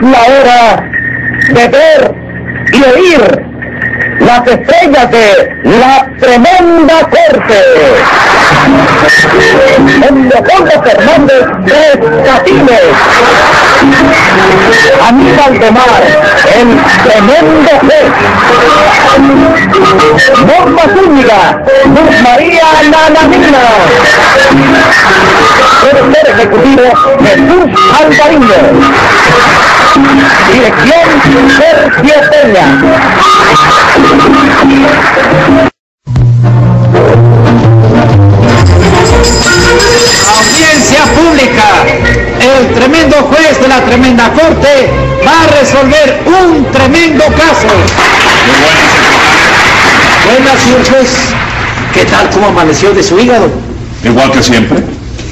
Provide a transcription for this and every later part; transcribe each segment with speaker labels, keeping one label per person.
Speaker 1: la hora de ver y oír las estrellas de la tremenda corte. En Leopoldo Fernández de Catines. Aníbal de Mar, el tremendo juez. Norma Zúñiga, Luz María Nananina. Tercer ejecutivo, Jesús Alvarino. Dirección Sergio Peña.
Speaker 2: Audiencia pública. El tremendo juez de la tremenda corte va a resolver un tremendo caso. Buenas, señor juez. ¿Qué tal cómo amaneció de su hígado?
Speaker 3: Igual que siempre.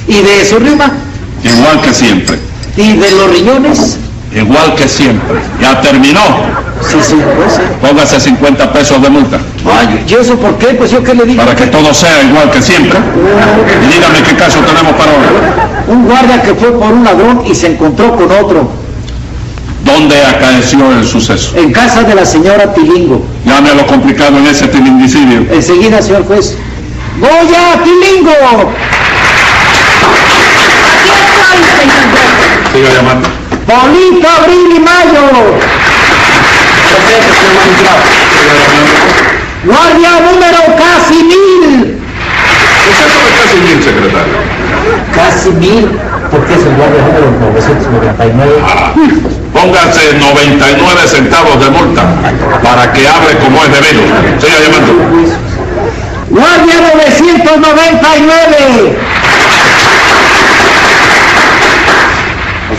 Speaker 2: ¿Y de su rima?
Speaker 3: Igual que siempre.
Speaker 2: ¿Y de los riñones?
Speaker 3: Igual que siempre. Ya terminó.
Speaker 2: Sí, sí, pues, sí.
Speaker 3: Póngase 50 pesos de multa.
Speaker 2: Ay, ¿y eso por qué? Pues yo qué le dije.
Speaker 3: Para que todo sea igual que siempre. Y dígame qué caso tenemos para hoy.
Speaker 2: Un guardia que fue por un ladrón y se encontró con otro.
Speaker 3: ¿Dónde acaeció el suceso?
Speaker 2: En casa de la señora Tilingo.
Speaker 3: Llame a lo complicado en ese tilindicidio.
Speaker 2: Enseguida, señor juez. ¡Goya, Tilingo!
Speaker 4: ¿Qué tal, señor
Speaker 3: Siga llamando.
Speaker 2: ¡Bonito abril y mayo! Guardia número casi mil.
Speaker 3: ¿Qué es eso de casi mil, secretario?
Speaker 2: Casi mil, porque es el guardia número 999.
Speaker 3: Ah, póngase 99 centavos de multa para que hable como es debido. Siga llamando.
Speaker 2: Guardia 999.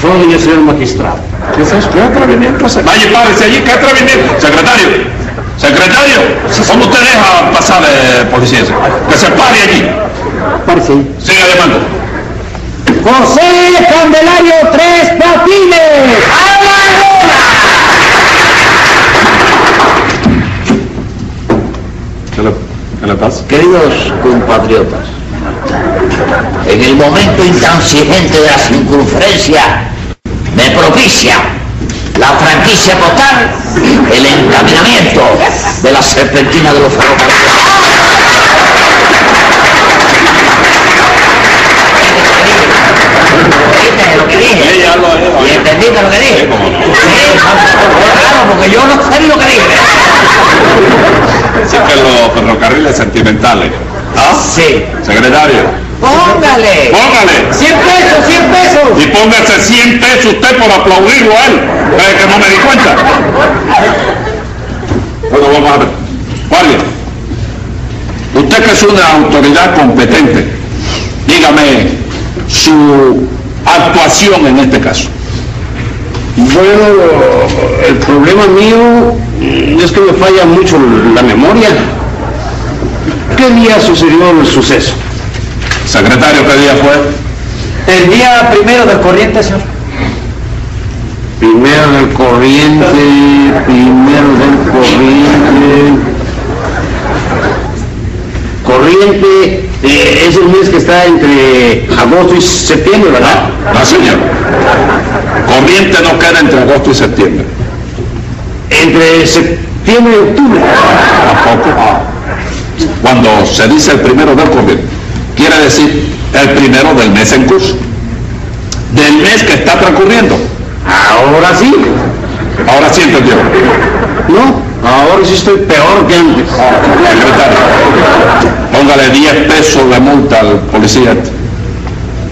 Speaker 5: Soy el señor magistrado.
Speaker 3: ¿Qué es eso? ¿Qué atrevimiento se... Vaya, párese allí, ¿qué atrevimiento? Secretario, secretario, ¿cómo usted deja pasar eh, policía ese? Que se pare allí.
Speaker 2: Párese ahí.
Speaker 3: Siga llamando.
Speaker 2: José Candelario Tres Patines. ¡A
Speaker 3: la ¿Qué le, ¿Qué le pasa?
Speaker 6: Queridos compatriotas, en el momento intransigente de la circunferencia me propicia la franquicia total el encaminamiento de la serpentina de los ferrocarriles. ¿Entendiste lo que dije? ¿Y entendiste lo que dije? Sí, claro, porque yo no sé lo que dije.
Speaker 3: Así que los ferrocarriles sentimentales.
Speaker 6: ¿Ah? Sí.
Speaker 3: Secretario.
Speaker 6: Póngale.
Speaker 3: Póngale.
Speaker 2: 100 pesos, 100 pesos.
Speaker 3: Y póngase 100 pesos usted por aplaudirlo a él. Es que no me di cuenta. Bueno, vamos a ver. Guardia. Usted que es una autoridad competente, dígame su actuación en este caso.
Speaker 5: Bueno, el problema mío es que me falla mucho la memoria. ¿Qué día sucedió el suceso?
Speaker 3: Secretario, ¿qué día fue?
Speaker 2: El día primero del corriente, señor.
Speaker 5: Primero del corriente, primero del corriente. Corriente eh, es el mes que está entre agosto y septiembre, ¿verdad?
Speaker 3: No, no Ah, señor. Corriente no queda entre agosto y septiembre.
Speaker 5: Entre septiembre y octubre.
Speaker 3: Tampoco cuando se dice el primero del corriente, quiere decir el primero del mes en curso, del mes que está transcurriendo.
Speaker 5: Ahora sí.
Speaker 3: Ahora sí entendió.
Speaker 5: No, ahora sí estoy peor que antes.
Speaker 3: Secretario, póngale 10 pesos de multa al policía.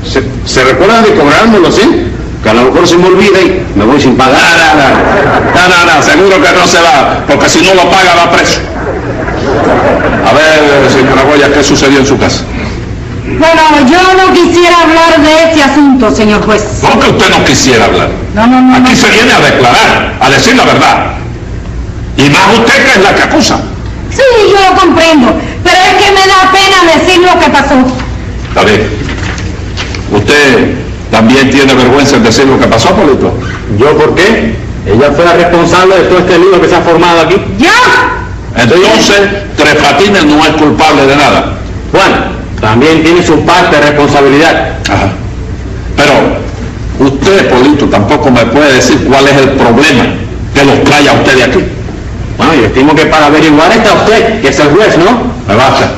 Speaker 5: ¿Se, se recuerdan de cobrármelo, sí? que a lo mejor se me olvida y me voy sin pagar.
Speaker 3: Ah, No, no, no, no, seguro que no se va, porque si no lo paga va preso. A ver, señora Goya, ¿qué sucedió en su casa?
Speaker 4: Bueno, yo no quisiera hablar de este asunto, señor juez.
Speaker 3: ¿Por qué usted no quisiera hablar?
Speaker 4: No, no, no.
Speaker 3: Aquí
Speaker 4: no,
Speaker 3: se
Speaker 4: no.
Speaker 3: viene a declarar, a decir la verdad. Y más usted que es la que acusa.
Speaker 4: Sí, yo lo comprendo, pero es que me da pena decir lo que pasó.
Speaker 3: Está bien. Usted también tiene vergüenza en decir lo que pasó, Polito.
Speaker 5: ¿Yo por qué? Ella fue la responsable de todo este lío que se ha formado aquí.
Speaker 4: ¡Ya!
Speaker 3: Entonces, Tres Patines no es culpable de nada.
Speaker 5: Bueno, también tiene su parte de responsabilidad.
Speaker 3: Ajá. Pero, usted usted, Polito, tampoco me puede decir cuál es el problema que los trae a usted de aquí.
Speaker 5: Bueno, yo estimo que para averiguar está usted, que es el juez, ¿no?
Speaker 3: Me basta.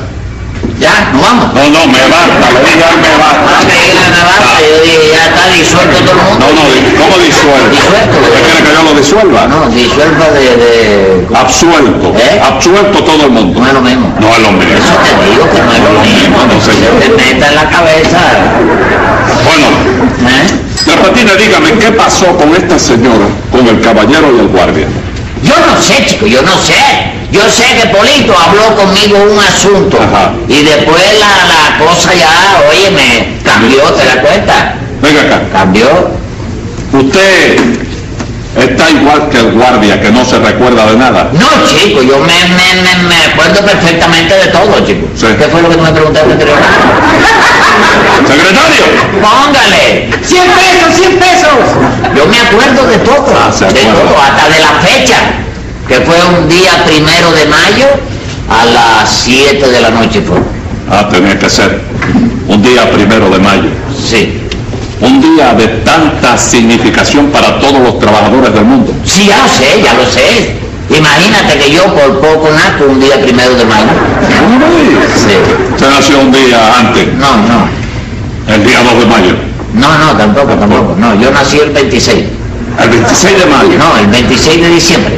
Speaker 6: Ya, nos vamos.
Speaker 3: No, no, me basta, le dije, me
Speaker 6: Ah,
Speaker 3: basta.
Speaker 6: me di la navaja, yo dije, ya está disuelto todo el mundo.
Speaker 3: No, no, di- ¿cómo disuelvo?
Speaker 6: Disuélvelo.
Speaker 3: ¿Usted quiere que yo lo disuelva?
Speaker 6: No, disuelva de... de...
Speaker 3: Absuelto,
Speaker 6: ¿Eh?
Speaker 3: absuelto todo el mundo.
Speaker 6: No es lo mismo.
Speaker 3: No es lo mismo.
Speaker 6: Eso te digo que no es lo mismo.
Speaker 3: No, no, señor.
Speaker 6: Se te meta en la cabeza.
Speaker 3: Bueno,
Speaker 6: ¿eh?
Speaker 3: Repatina, dígame, ¿qué pasó con esta señora, con el caballero y el guardia?
Speaker 6: Yo no sé, chico, yo no sé. Yo sé que Polito habló conmigo un asunto
Speaker 3: Ajá.
Speaker 6: y después la, la cosa ya, oye, me cambió, ¿te das cuenta?
Speaker 3: Venga acá,
Speaker 6: Cambió.
Speaker 3: usted está igual que el guardia, que no se recuerda de nada.
Speaker 6: No, chico, yo me, me, me, me acuerdo perfectamente de todo, chico.
Speaker 3: Sí.
Speaker 6: ¿Qué fue lo que tú me preguntaste anteriormente?
Speaker 3: ¡Secretario!
Speaker 6: Póngale.
Speaker 2: ¡Cien pesos, cien pesos!
Speaker 6: Yo me acuerdo de todo,
Speaker 3: Ah, se
Speaker 6: de
Speaker 3: acuerda.
Speaker 6: todo, hasta de la fecha, que fue un día primero de mayo a las 7 de la noche fue.
Speaker 3: Ah, tenía que ser un día primero de mayo,
Speaker 6: Sí.
Speaker 3: un día de tanta significación para todos los trabajadores del mundo.
Speaker 6: Sí, ya lo sé, ya lo sé. Imagínate que yo por poco nato un día primero de mayo. Sí.
Speaker 3: Usted nació un día antes,
Speaker 6: No, no.
Speaker 3: el día 2 de mayo,
Speaker 6: No, no, tampoco, tampoco. No, yo nací el 26.
Speaker 3: el 26 de mayo.
Speaker 6: No, el 26 de diciembre.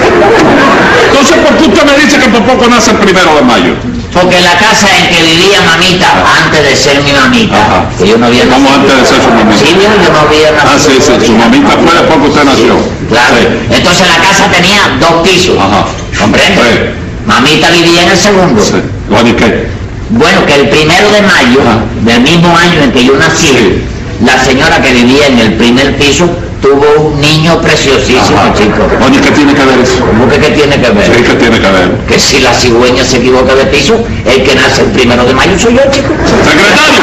Speaker 3: Entonces, ¿por qué usted me dice que tampoco nace el primero de mayo?
Speaker 6: Porque la casa en que vivía mamita, antes de ser mi mamita,
Speaker 3: Ajá.
Speaker 6: que yo no había
Speaker 3: ¿Cómo antes de ser su mamita?
Speaker 6: Sí, yo, yo no había nacido.
Speaker 3: Ah, sí, sí, su mamita fue después que usted nació.
Speaker 6: Claro.
Speaker 3: Sí.
Speaker 6: Entonces la casa tenía dos pisos.
Speaker 3: Ajá.
Speaker 6: ¿Comprende?
Speaker 3: Sí.
Speaker 6: Mamita vivía en el segundo.
Speaker 3: Sí. Bueno, ¿y qué?
Speaker 6: Bueno, que el primero de mayo,
Speaker 3: Ajá.
Speaker 6: del mismo año en que yo nací,
Speaker 3: Ah. Sí.
Speaker 6: la señora que vivía en el primer piso tuvo un niño preciosísimo,
Speaker 3: Ajá.
Speaker 6: chico.
Speaker 3: Bueno, ¿y qué tiene que ver eso?
Speaker 6: ¿Cómo que qué tiene que ver?
Speaker 3: Sí, ¿qué tiene que ver?
Speaker 6: Que si la cigüeña se equivoca de piso, el que nace el primero de mayo soy yo, chico.
Speaker 3: ¡Secretario!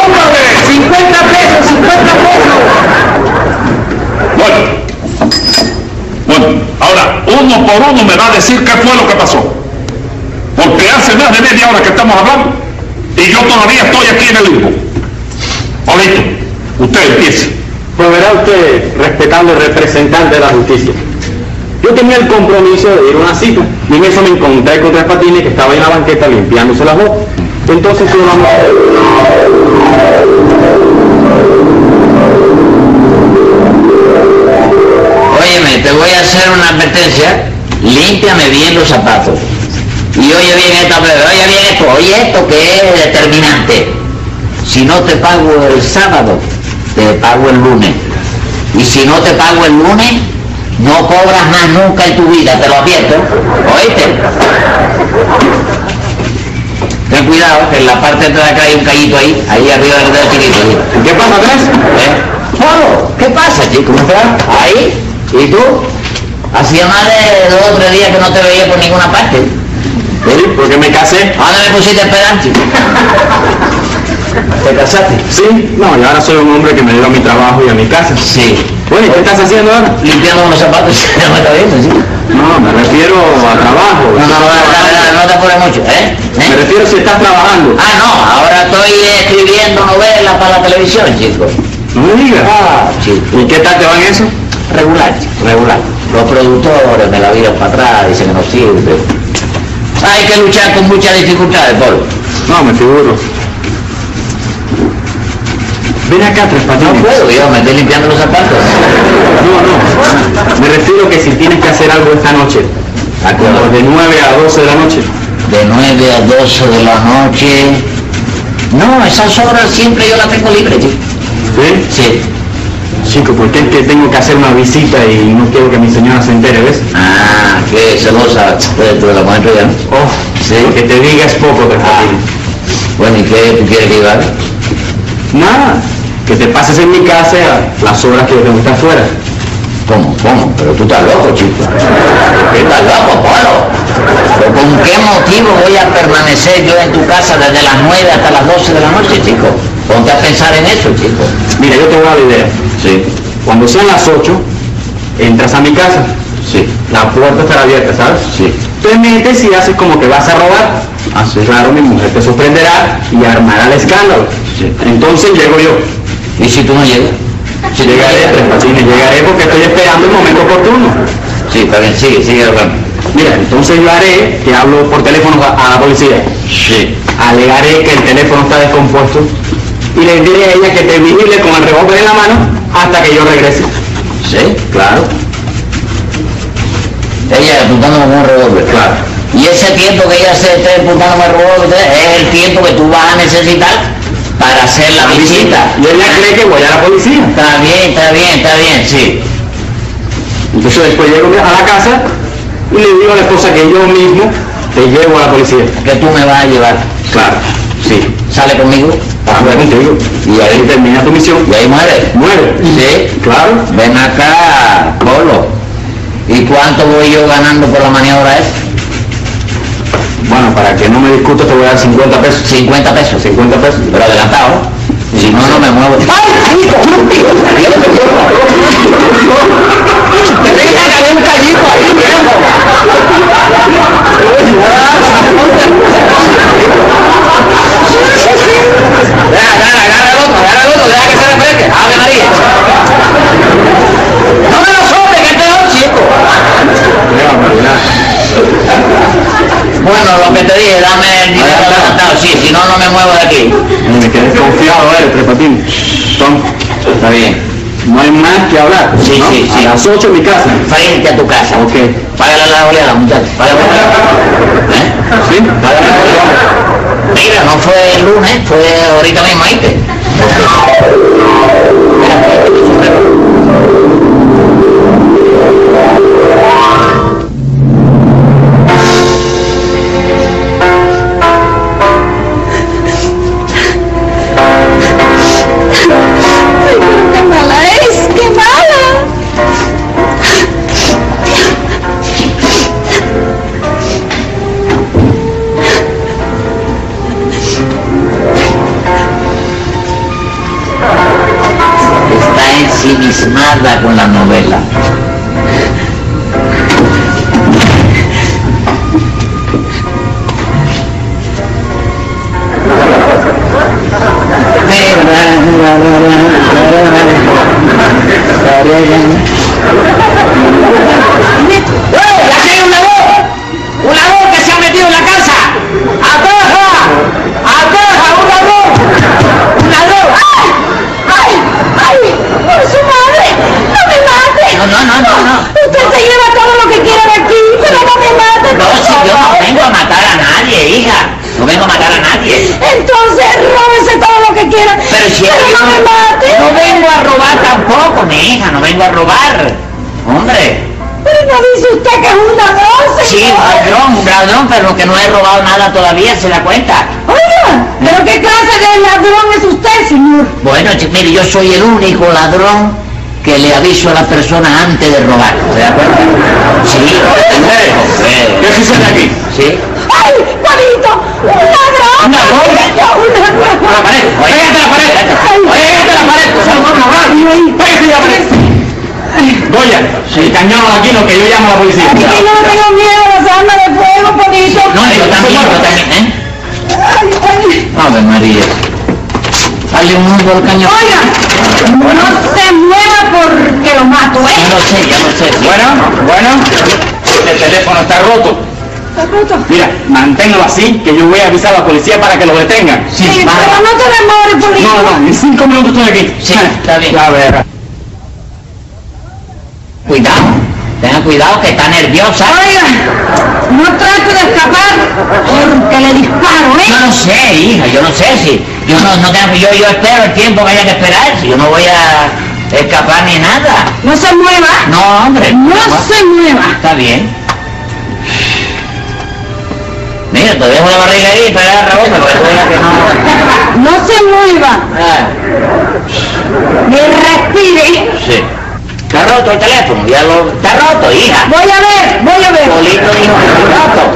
Speaker 3: ¡Hombre!
Speaker 2: ¡50 pesos, 50 pesos!
Speaker 3: Bueno. Bueno, ahora, uno por uno me va a decir qué fue lo que pasó. Porque hace más de media hora que estamos hablando y yo todavía estoy aquí en el limbo. Polito, usted empieza.
Speaker 5: Pues verá usted, respetable representante de la justicia. Yo tenía el compromiso de ir a una cita. Y en eso me encontré con tres patines que estaba en la banqueta limpiándose las botas. Entonces yo vamos.
Speaker 6: Óyeme, te voy a hacer una advertencia. Límpiame bien los zapatos. Y oye bien esto, oye bien esto, oye esto que es determinante. Si no te pago el sábado, te pago el lunes. Y si no te pago el lunes, no cobras más nunca en tu vida, te lo advierto. ¿Oíste? Ten cuidado, que en la parte de atrás hay un callito ahí, ahí arriba del dedo chiquito. ahí.
Speaker 5: ¿Qué pasa, tres?
Speaker 6: ¿Eh? Chavo, ¿qué pasa, chico? ¿Cómo estás? Ahí. ¿Y tú? Hacía más de dos o tres días que no te veía por ninguna parte.
Speaker 5: Sí, porque me casé.
Speaker 6: Ahora me pusiste a esperar, chico. ¿Te casaste?
Speaker 5: Sí, no, y ahora soy un hombre que me dio a mi trabajo y a mi casa.
Speaker 6: Sí.
Speaker 5: Bueno, ¿y qué estás haciendo ahora?
Speaker 6: Limpiando los zapatos, no me está viendo, chico.
Speaker 5: No, me refiero a trabajo.
Speaker 6: No, no, no, no, no, no te apures mucho, ¿eh?
Speaker 5: Me
Speaker 6: ¿Eh?
Speaker 5: refiero si estás trabajando.
Speaker 6: Ah, no, ahora estoy eh, escribiendo novelas para la televisión, chico.
Speaker 5: No me digas.
Speaker 6: chico.
Speaker 5: ¿Y qué tal te va en eso?
Speaker 6: Regular, chico, regular. Los productores me la viran para atrás, dicen que no sirve. Hay que luchar con muchas dificultades, Polo.
Speaker 5: No, me figuro. Ven acá, Tres
Speaker 6: No
Speaker 5: Patines.
Speaker 6: puedo, yo me estoy limpiando los zapatos.
Speaker 5: No, no. Me refiero que si tienes que hacer algo esta noche,
Speaker 6: ¿A qué
Speaker 5: como
Speaker 6: hora?
Speaker 5: de 9 a 12 de la noche.
Speaker 6: De 9 a 12 de la noche. No, esas horas siempre yo las tengo libres, chico.
Speaker 5: ¿eh? ¿Sí?
Speaker 6: Sí.
Speaker 5: Chico, porque es que tengo que hacer una visita y no quiero que mi señora se entere, ¿ves?
Speaker 6: Ah, qué celosa de tu la mujer tuya, ¿no?
Speaker 5: Oh,
Speaker 6: Sí.
Speaker 5: Lo que te diga es poco, Tres Patines.
Speaker 6: Bueno, ¿y qué tú quieres que yo haga?
Speaker 5: Nada. Que te pases en mi casa a las horas que yo tengo que estar fuera.
Speaker 6: ¿Cómo? ¿Cómo? Pero tú estás loco, chico. ¿Qué estás loco, Polo? ¿Pero ¿Con qué motivo voy a permanecer yo en tu casa desde las 9 hasta las 12 de la noche, chico? Ponte a pensar en eso, chico.
Speaker 5: Mira, yo te voy a dar la idea.
Speaker 6: Sí,
Speaker 5: Cuando sean las 8, entras a mi casa.
Speaker 6: sí,
Speaker 5: La puerta estará abierta, ¿sabes?
Speaker 6: sí.
Speaker 5: Te metes y haces como que vas a robar.
Speaker 6: Ah, sí.
Speaker 5: Claro, mi mujer te sorprenderá y armará el escándalo.
Speaker 6: Sí.
Speaker 5: Entonces llego yo.
Speaker 6: ¿Y si tú no llegas? Si tú no
Speaker 5: Llegaré,
Speaker 6: llegas.
Speaker 5: Tres Patines, llegaré porque estoy esperando el momento oportuno.
Speaker 6: Sí, está bien, sigue, sigue hablando.
Speaker 5: Mira, entonces yo haré que hablo por teléfono a a la policía.
Speaker 6: Sí.
Speaker 5: Alegaré que el teléfono está descompuesto y le diré a ella que te vigile con el revólver en la mano hasta que yo regrese.
Speaker 6: Sí, claro. Ella apuntando con un revólver.
Speaker 5: Claro.
Speaker 6: Y ese tiempo que ella se esté apuntando con el revólver es el tiempo que tú vas a necesitar para hacer la visita.
Speaker 5: Y ella cree que voy a la policía.
Speaker 6: Está bien, está bien, está bien, sí.
Speaker 5: Entonces después llego a la casa y le digo a la esposa que yo mismo te llevo a la policía.
Speaker 6: Que tú me vas a llevar.
Speaker 5: Claro, sí.
Speaker 6: Sale conmigo
Speaker 5: Habla contigo. Y ahí termina tu misión.
Speaker 6: y ahí muere.
Speaker 5: Muere.
Speaker 6: Sí.
Speaker 5: Claro.
Speaker 6: Ven acá, Polo. ¿Y cuánto voy yo ganando por la maniobra esa?
Speaker 5: Bueno, para que no me discutas te voy a dar 50 pesos.
Speaker 6: 50 pesos.
Speaker 5: 50 pesos.
Speaker 6: Pero adelantado. Si no, no me muevo. ¡Ay, chico!
Speaker 5: un callito ahí,
Speaker 6: Agarra, agarra el otro, agarra el otro, deja que se refresque. Ave María. No me lo sobre, que este es un chico. Bueno, lo que te dije, dame el dinero adelantado. Sí, si no, no me muevo de aquí.
Speaker 5: Me quedé desconfiado, eh, Tres Patines. Tom,
Speaker 6: Está bien.
Speaker 5: no hay más que hablar.
Speaker 6: Sí,
Speaker 5: ¿no?
Speaker 6: sí, sí.
Speaker 5: A las 8 en mi casa.
Speaker 6: Frente a tu casa.
Speaker 5: Ok.
Speaker 6: Págale la oleada, muchachos. Págale la oleada. ¿Eh?
Speaker 5: ¿Sí?
Speaker 6: Págale la oleada. Mira, no fue el lunes, fue ahorita mismo, ¿viste?
Speaker 4: Ay, pero ¡Qué mala es! ¡Qué mala!
Speaker 6: Está ensimismada con la novela.
Speaker 1: ¡Eh! ¡Aquí hay una voz! ¡Una voz que se ha metido en la casa! ¡Acoja! ¡Acoja! ¡Un ladrón! ¡Un ladrón! ¡Ay!
Speaker 4: ¡Ay! ¡Ay! ¡Por su madre! ¡No me mate!
Speaker 6: No, no, no, no, no.
Speaker 4: Usted se lleva todo lo que quiera de aquí, pero no me mate,
Speaker 6: No,
Speaker 4: por
Speaker 6: si yo no
Speaker 4: favor.
Speaker 6: vengo a matar a nadie, hija. No vengo a matar a nadie.
Speaker 4: Entonces, róbese todo lo que quiera,
Speaker 6: Pero si es que
Speaker 4: no me mate.
Speaker 6: no vengo a robar tampoco, mi hija, no vengo a robar. Hombre,
Speaker 4: Pero no dice usted que es un ladrón,
Speaker 6: sí,
Speaker 4: señor.
Speaker 6: un ladrón, un ladrón, pero que no he robado nada todavía, ¿se da cuenta?
Speaker 4: Oiga, ¿pero qué clase de ladrón es usted, señor?
Speaker 6: Bueno, chi- mire, yo soy el único ladrón que le aviso a las personas antes de robar, ¿se da cuenta? Sí,
Speaker 3: ¿Qué
Speaker 6: hombre,
Speaker 3: haces aquí?
Speaker 6: sí.
Speaker 4: ¡Ay, Juanito! ¡Un ladrón!
Speaker 6: Una bomba.
Speaker 4: ¡Un ladrón!
Speaker 6: la pared, pégate a la pared, pégate a la pared, por favor, no
Speaker 5: Ay, Pégase ya, pared. Goya, el cañón aquí, lo que yo llamo a la policía.
Speaker 4: Aquí no tengo miedo a las armas de fuego, Juanito.
Speaker 6: No, yo también, yo también, ¿eh?
Speaker 4: Ay, ay.
Speaker 6: Ave María. Dale un mundo al cañón.
Speaker 4: Oiga, no se mueva porque lo mato,
Speaker 6: Ya
Speaker 4: ¿eh?
Speaker 6: lo sé, ya lo sé.
Speaker 5: Bueno, bueno, el teléfono está roto. Mira, manténgalo así, que yo voy a avisar a la policía para que lo detengan.
Speaker 4: Sí,
Speaker 6: va.
Speaker 4: pero no te demores, Polito.
Speaker 5: No, no, en cinco minutos estoy aquí.
Speaker 6: Sí, está bien.
Speaker 5: A ver.
Speaker 6: Cuidado. Tenga cuidado que está nerviosa.
Speaker 4: Oiga, no trate de escapar porque le disparo, ¿eh?
Speaker 6: Yo no sé, hija, yo no sé si. Yo no, no tengo, yo, yo espero el tiempo que haya que esperar. Si yo no voy a escapar ni nada.
Speaker 4: No se mueva.
Speaker 6: No, hombre.
Speaker 4: No se mueva.
Speaker 6: Está bien. Mira, te dejo la barriga ahí para agarrar otra, porque tú digas que no.
Speaker 4: No se mueva.
Speaker 6: Ah,
Speaker 4: Ni respire.
Speaker 6: sí. Está roto el teléfono, ya lo. Está roto, hija.
Speaker 4: Voy a ver, voy a ver.
Speaker 6: Polito dijo que está roto.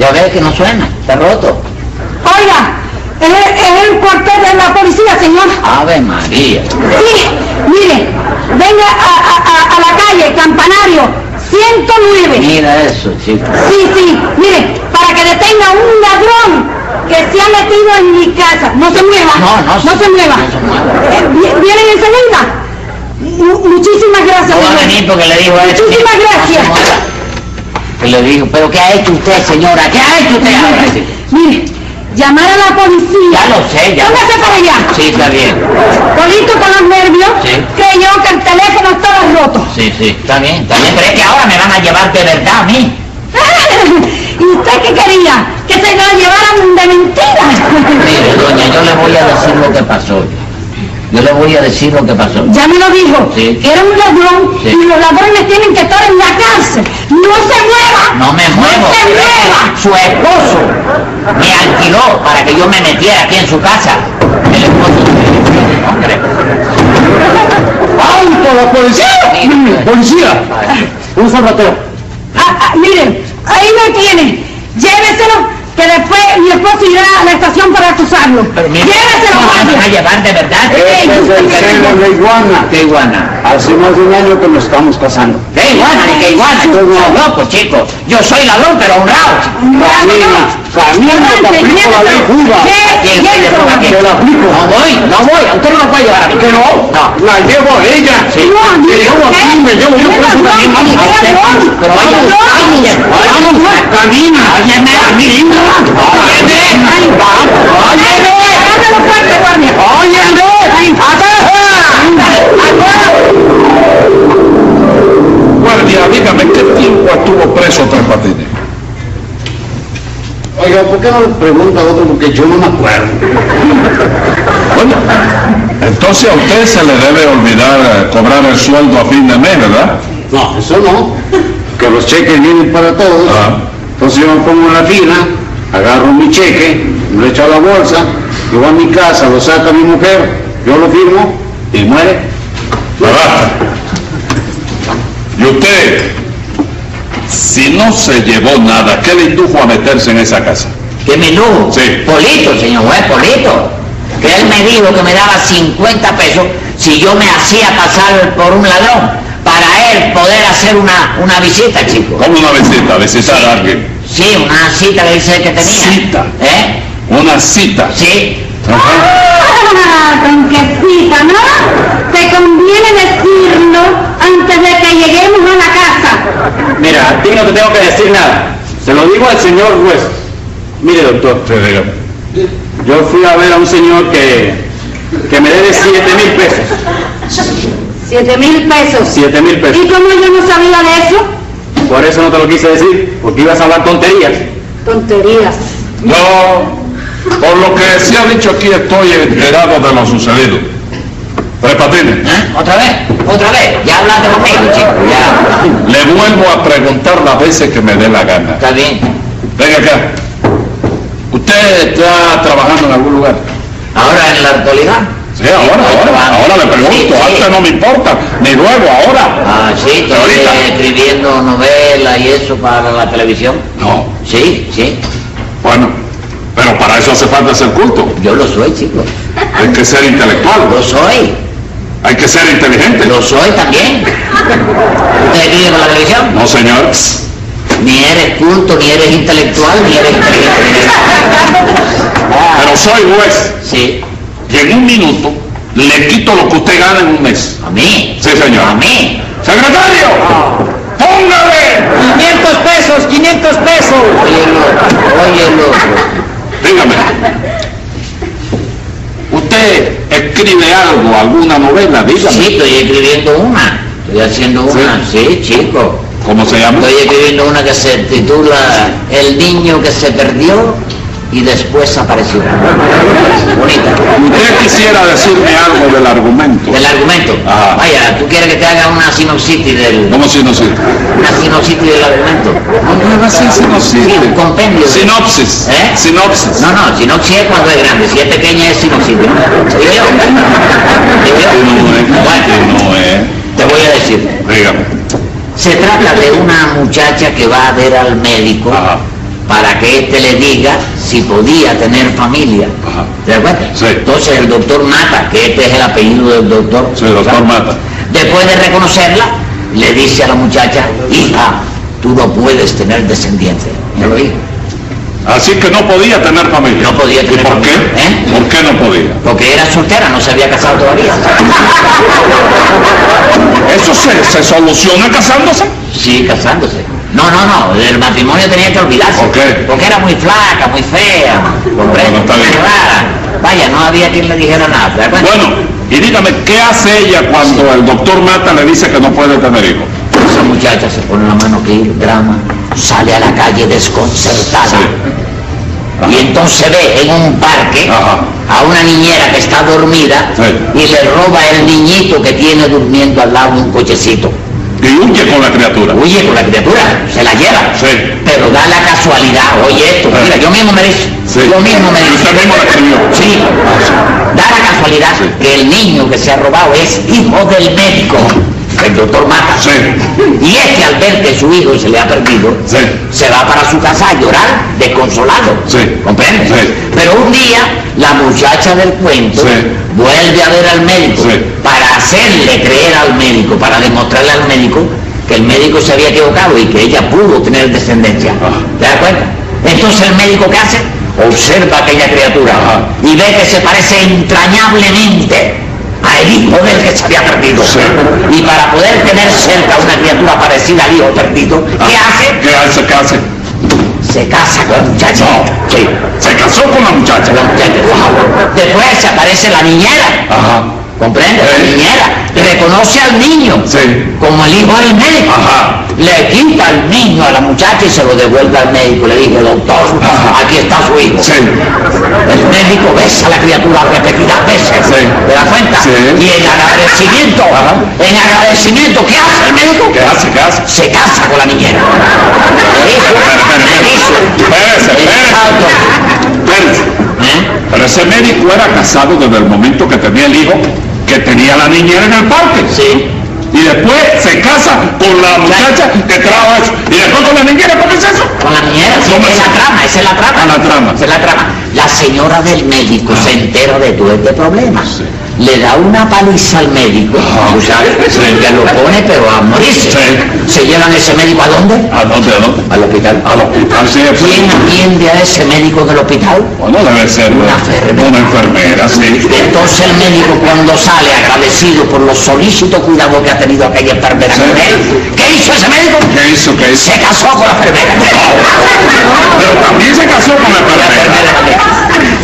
Speaker 6: Ya ves que no suena, está roto.
Speaker 4: Oiga, es el, es el cuartel de la policía, señor.
Speaker 6: Ave María.
Speaker 4: Sí, mire, venga a, a- a- a la calle, campanario 109.
Speaker 6: Mira eso, chico.
Speaker 4: Sí, sí, mire, para que detenga un ladrón que metido en mi casa. No se mueva.
Speaker 6: No, no se-
Speaker 4: se mueva.
Speaker 6: no se mueva.
Speaker 4: Eh, vi- ¿Vienen enseguida? Mu- muchísimas gracias.
Speaker 6: No va a
Speaker 4: señor.
Speaker 6: venir porque le dijo a este.
Speaker 4: Muchísimas gracias.
Speaker 6: Que le dijo, pero ¿qué ha hecho usted, señora? ¿Qué ha hecho usted ahora? sí?
Speaker 4: Mire, llamar a la policía.
Speaker 6: Ya lo sé, ya. lo
Speaker 4: Póngase
Speaker 6: sé.
Speaker 4: para allá.
Speaker 6: Sí, está bien.
Speaker 4: Polito con los nervios,
Speaker 6: Sí.
Speaker 4: creyó que el teléfono estaba roto.
Speaker 6: Sí, sí, está bien, está bien. Pero es que ahora me van a llevar de verdad a mí.
Speaker 4: ¿Y usted qué quería? ¿Que se lo llevaran
Speaker 6: Mire,
Speaker 4: de mentira?
Speaker 6: doña, yo le voy a decir lo que pasó. Yo le voy a decir lo que pasó.
Speaker 4: Ya me lo dijo,
Speaker 6: Sí.
Speaker 4: que era un ladrón
Speaker 6: Sí.
Speaker 4: y los ladrones tienen que estar en la cárcel. ¡No se mueva!
Speaker 6: No me muevo.
Speaker 4: ¡No se mueva!
Speaker 6: Su esposo me alquiló para que yo me metiera aquí en su casa. El esposo de- hombre.
Speaker 2: ¡Alto la policía! ¡Policía! Un zapatero.
Speaker 4: Ah, ah, miren, ahí lo tiene. Lléveselo, que después mi esposo irá a la estación para acusarlo.
Speaker 6: Pero mire, ¿no
Speaker 4: Lléveselo,
Speaker 6: me van a
Speaker 4: guardia.
Speaker 6: llevar de verdad?
Speaker 4: Sí.
Speaker 2: Este Es el celo de iguana.
Speaker 6: ¿Qué iguana?
Speaker 2: Hace más de un año que nos estamos casando.
Speaker 6: ¿Qué iguana? ni ¿Qué iguana? Yo soy loco, chico. Yo soy ladrón, pero honrado.
Speaker 2: Camina, camina, te
Speaker 4: Llévate,
Speaker 2: aplico la ley
Speaker 4: llévate.
Speaker 2: Cuba.
Speaker 4: Lle-
Speaker 6: ¿Quién quiere
Speaker 4: lléveselo.
Speaker 6: por aquí?
Speaker 2: Te la aplico.
Speaker 6: No voy, no voy. Usted no lo puede llevar a mí.
Speaker 2: Que no,
Speaker 6: No.
Speaker 2: la llevo a ella.
Speaker 6: Sí.
Speaker 4: No,
Speaker 2: Me
Speaker 4: mire,
Speaker 2: llevo
Speaker 4: usted.
Speaker 2: aquí, me llevo yo
Speaker 4: Mira,
Speaker 2: preso
Speaker 4: no,
Speaker 2: también. Vamos,
Speaker 4: mira,
Speaker 2: vamos,
Speaker 4: no.
Speaker 2: vamos,
Speaker 6: Pero vaya,
Speaker 2: vamos,
Speaker 6: vamos,
Speaker 2: vamos,
Speaker 6: vamos.
Speaker 2: camina.
Speaker 6: Óyeme.
Speaker 2: Camina.
Speaker 6: Óyeme.
Speaker 2: Ay, vamos, óyeme.
Speaker 4: Agárralo fuerte, guardia.
Speaker 2: Óyeme. Ataja.
Speaker 3: Guardia, dígame qué tiempo estuvo preso Tres Patines.
Speaker 2: Oiga, ¿por qué no le pregunta a otro? Porque yo no me acuerdo.
Speaker 3: Bueno, entonces a usted se le debe olvidar eh, cobrar el sueldo a fin de mes, ¿verdad?
Speaker 2: No, eso no. Que los cheques vienen para todos.
Speaker 3: Ah.
Speaker 2: Entonces yo me pongo en la fila, agarro mi cheque, lo echo a la bolsa, lo voy a mi casa, lo saca mi mujer, yo lo firmo y muere.
Speaker 3: Me basta. Y usted, si no se llevó nada, ¿qué le indujo a meterse en esa casa?
Speaker 6: ¿Qué menú?
Speaker 3: Sí.
Speaker 6: Polito, señor juez, Polito. Que él me dijo que me daba 50 pesos si yo me hacía pasar por un ladrón para él poder hacer una, una visita, chico.
Speaker 3: Como una visita, visitar a alguien.
Speaker 6: Sí, una cita que dice que tenía.
Speaker 3: Cita.
Speaker 6: ¿Eh?
Speaker 3: Una cita.
Speaker 6: Sí.
Speaker 3: Ajá.
Speaker 4: Ah, Conquecita, ¿no? Te conviene decirlo antes de que lleguemos a la casa.
Speaker 5: Mira, a ti no te tengo que decir nada. Se lo digo al señor juez. Mire, doctor,
Speaker 3: Sí, dígame.
Speaker 5: yo fui a ver a un señor que, que me debe 7 mil pesos.
Speaker 4: Siete mil pesos.
Speaker 5: 7 mil pesos.
Speaker 4: ¿Y cómo yo no sabía de eso?
Speaker 5: Por eso no te lo quise decir, porque ibas a hablar tonterías.
Speaker 4: Tonterías.
Speaker 3: Yo, por lo que se ha dicho aquí, estoy enterado de lo sucedido. Tres Patines,
Speaker 6: ¿Eh? ¿Otra vez? ¿Otra vez? Ya hablaste conmigo, chico. Ya.
Speaker 3: le vuelvo a preguntar las veces que me dé la gana.
Speaker 6: Está bien.
Speaker 3: Venga acá. ¿Usted está trabajando en algún lugar?
Speaker 6: Ahora en la actualidad.
Speaker 3: Sí, ahora, ahora, ahora le
Speaker 6: Sí,
Speaker 3: pregunto,
Speaker 6: sí.
Speaker 3: antes no me importa, ni luego, ahora.
Speaker 6: Ah, sí,
Speaker 3: Pero
Speaker 6: estoy
Speaker 3: ahorita.
Speaker 6: eh, escribiendo novelas y eso para la televisión.
Speaker 3: No,
Speaker 6: Sí, sí.
Speaker 3: bueno, pero para eso hace falta ser culto,
Speaker 6: Yo lo soy, chico.
Speaker 3: hay que ser intelectual,
Speaker 6: Lo soy.
Speaker 3: hay que ser inteligente.
Speaker 6: Lo soy también. ¿Usted vive con la televisión?
Speaker 3: No, señor.
Speaker 6: Ni eres culto, ni eres intelectual, ni eres inteligente.
Speaker 3: Pero soy juez
Speaker 6: Sí.
Speaker 3: y en un minuto le quito lo que usted gana en un mes.
Speaker 6: A mí.
Speaker 3: Sí, señor.
Speaker 6: A mí. Ah.
Speaker 3: ¡Secretario! ¡Póngale!
Speaker 2: 500 pesos, 500 pesos.
Speaker 6: Oye, loco. Oye, loco.
Speaker 3: Dígame. ¿Usted escribe algo, alguna novela? Dígame.
Speaker 6: Sí, estoy escribiendo una. Estoy haciendo una. Sí, chico.
Speaker 3: ¿Cómo se llama?
Speaker 6: Estoy escribiendo una que se titula El niño que se perdió y después apareció. Bonita.
Speaker 3: Usted quisiera decirme algo del argumento.
Speaker 6: Del argumento.
Speaker 3: Ajá.
Speaker 6: Vaya, tú quieres que te haga una sinopsis del...
Speaker 3: ¿Cómo si no sirve?
Speaker 6: Una sinopsis del argumento.
Speaker 3: No, no, sí, sí, no sirve.
Speaker 6: Sí, un compendio.
Speaker 3: Sinopsis.
Speaker 6: ¿Eh?
Speaker 3: Sinopsis.
Speaker 6: No, no, sinopsis es cuando es grande, si es pequeña es sinopsis. ¿no? Digo yo. Digo yo.
Speaker 3: Que no es,
Speaker 6: Ah, Bueno,
Speaker 3: que no es.
Speaker 6: te voy a decir.
Speaker 3: Dígame.
Speaker 6: Se trata de una muchacha que va a ver al médico
Speaker 3: Ajá.
Speaker 6: para que éste le diga si podía tener familia.
Speaker 3: Ajá.
Speaker 6: ¿Te das cuenta?
Speaker 3: Sí.
Speaker 6: Entonces el doctor Mata, que este es el apellido del doctor,
Speaker 3: Soy doctor Mata.
Speaker 6: después de reconocerla, le dice a la muchacha, hija, tú no puedes tener descendientes. Ya lo dije.
Speaker 3: Así que no podía tener familia.
Speaker 6: No podía tener
Speaker 3: ¿Y por
Speaker 6: familia,
Speaker 3: qué?
Speaker 6: ¿eh?
Speaker 3: ¿Por qué no podía?
Speaker 6: Porque era soltera, no se había casado todavía.
Speaker 3: Eso se, se soluciona casándose.
Speaker 6: Sí, casándose. No, no, no, del matrimonio tenía que olvidarse.
Speaker 3: ¿Por qué?
Speaker 6: Porque era muy flaca, muy fea,
Speaker 3: bueno,
Speaker 6: comprende,
Speaker 3: está
Speaker 6: muy
Speaker 3: bien.
Speaker 6: rara. Vaya, no había quien le dijera nada. ¿te das cuenta?
Speaker 3: Bueno, y dígame, ¿qué hace ella cuando el doctor Mata le dice que no puede tener hijos?
Speaker 6: Esa muchacha se pone la mano que el drama, sale a la calle desconcertada.
Speaker 3: Ajá.
Speaker 6: Y entonces ve en un parque
Speaker 3: Ajá.
Speaker 6: a una niñera que está dormida
Speaker 3: Sí.
Speaker 6: y le roba el niñito que tiene durmiendo al lado de un cochecito.
Speaker 3: Y huye con la criatura.
Speaker 6: Huye con la criatura, se la lleva.
Speaker 3: Sí.
Speaker 6: Pero da la casualidad, oye esto,
Speaker 3: Sí.
Speaker 6: mira, yo mismo me dije,
Speaker 3: Sí.
Speaker 6: yo mismo me
Speaker 3: Y
Speaker 6: dije.
Speaker 3: usted mismo la escribió.
Speaker 6: Sí, da la casualidad que el niño que se ha robado es hijo del médico, el doctor Mata.
Speaker 3: Sí.
Speaker 6: Y este al ver que su hijo se le ha perdido,
Speaker 3: Sí.
Speaker 6: se va para su casa a llorar desconsolado.
Speaker 3: Sí.
Speaker 6: ¿Comprende?
Speaker 3: Sí.
Speaker 6: Pero un día la muchacha del cuento
Speaker 3: Sí.
Speaker 6: vuelve a ver al médico
Speaker 3: Sí.
Speaker 6: para hacerle creer al médico, para demostrarle al médico que el médico se había equivocado y que ella pudo tener descendencia.
Speaker 3: Ajá.
Speaker 6: ¿Te das cuenta? Entonces el médico ¿qué hace? Observa aquella criatura
Speaker 3: Ajá.
Speaker 6: y ve que se parece entrañablemente al hijo del que se había perdido.
Speaker 3: Sí.
Speaker 6: Y para poder tener cerca una criatura parecida al hijo perdido, ¿qué hace?
Speaker 3: ¿Qué hace? ¿Qué hace?
Speaker 6: Se casa con la muchacha.
Speaker 3: No.
Speaker 6: Sí.
Speaker 3: Se casó con la muchacha.
Speaker 6: Se la muchacha. Wow. Después se aparece la niñera.
Speaker 3: Ajá.
Speaker 6: ¿Comprende?
Speaker 3: Sí.
Speaker 6: La niñera reconoce al niño
Speaker 3: Sí.
Speaker 6: como el hijo del médico.
Speaker 3: Ajá.
Speaker 6: Le quita al niño a la muchacha y se lo devuelve al médico. Le dice, doctor,
Speaker 3: Ajá.
Speaker 6: aquí está su hijo.
Speaker 3: Sí.
Speaker 6: El médico besa a la criatura repetidas veces.
Speaker 3: Sí.
Speaker 6: ¿Te das cuenta?
Speaker 3: Sí.
Speaker 6: Y en agradecimiento,
Speaker 3: Ajá.
Speaker 6: en agradecimiento, ¿qué hace el médico?
Speaker 3: ¿Qué hace? ¿Qué hace?
Speaker 6: Se casa con la niñera.
Speaker 3: Espérese, espérese.
Speaker 6: Exacto.
Speaker 3: Espérese.
Speaker 6: ¿Eh?
Speaker 3: Pero ese médico era casado desde el momento que tenía el hijo, que tenía la niñera en el parque.
Speaker 6: Sí.
Speaker 3: Y después se casa con la muchacha que trajo eso. Y después con la niñera, ¿por qué es eso?
Speaker 6: Con la niñera, sí,
Speaker 3: No me-
Speaker 6: esa es la trama, esa es la trama.
Speaker 3: Ah, la trama. Ah.
Speaker 6: Esa es la trama. La señora del médico se entera de todo este problema. Le da una paliza al médico, tú sabes,
Speaker 3: Sí.
Speaker 6: que lo pone pero a morirse.
Speaker 3: Ah. Sí.
Speaker 6: Se llevan ese médico a dónde?
Speaker 3: ¿A dónde? ¿A dónde?
Speaker 6: Al hospital.
Speaker 3: Al hospital, sí, Ah.
Speaker 6: ¿Quién
Speaker 3: pues.
Speaker 6: atiende a ese médico del hospital?
Speaker 3: Bueno, debe ser
Speaker 6: Una enfermera.
Speaker 3: Una enfermera, sí.
Speaker 6: Entonces el médico cuando sale agradecido por los solícitos cuidados que ha tenido aquella enfermera
Speaker 3: Sí.
Speaker 6: con él, ¿qué hizo ese médico?
Speaker 3: ¿Qué hizo? ¿Qué hizo?
Speaker 6: Se casó con la enfermera.
Speaker 3: Ah. Pero también se casó con la
Speaker 6: La enfermera
Speaker 3: enfermera.
Speaker 6: también.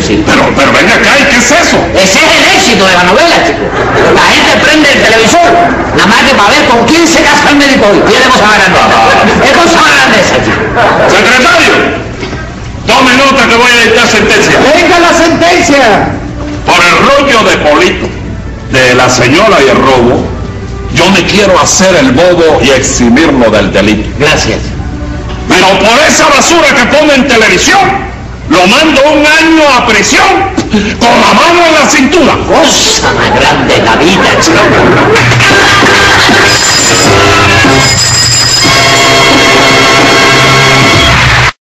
Speaker 6: Sí.
Speaker 3: Pero, pero venga acá, ¿y qué es eso?
Speaker 6: Ese es el éxito de la novela, chico. La gente prende el televisor, nada más que para ver con quién se casa el médico hoy. Tiene cosas más grandes. Es cosa más grande esa, chico.
Speaker 3: Secretario, tome nota que voy a dictar sentencia.
Speaker 2: ¡Venga la sentencia!
Speaker 3: Por el rollo de Polito, de la señora y el robo, yo me quiero hacer el bobo y eximirlo del delito.
Speaker 6: Gracias.
Speaker 3: Pero por esa basura que pone en televisión, lo mando un año a prisión con la mano en la cintura.
Speaker 6: Cosa más grande en la vida, chico.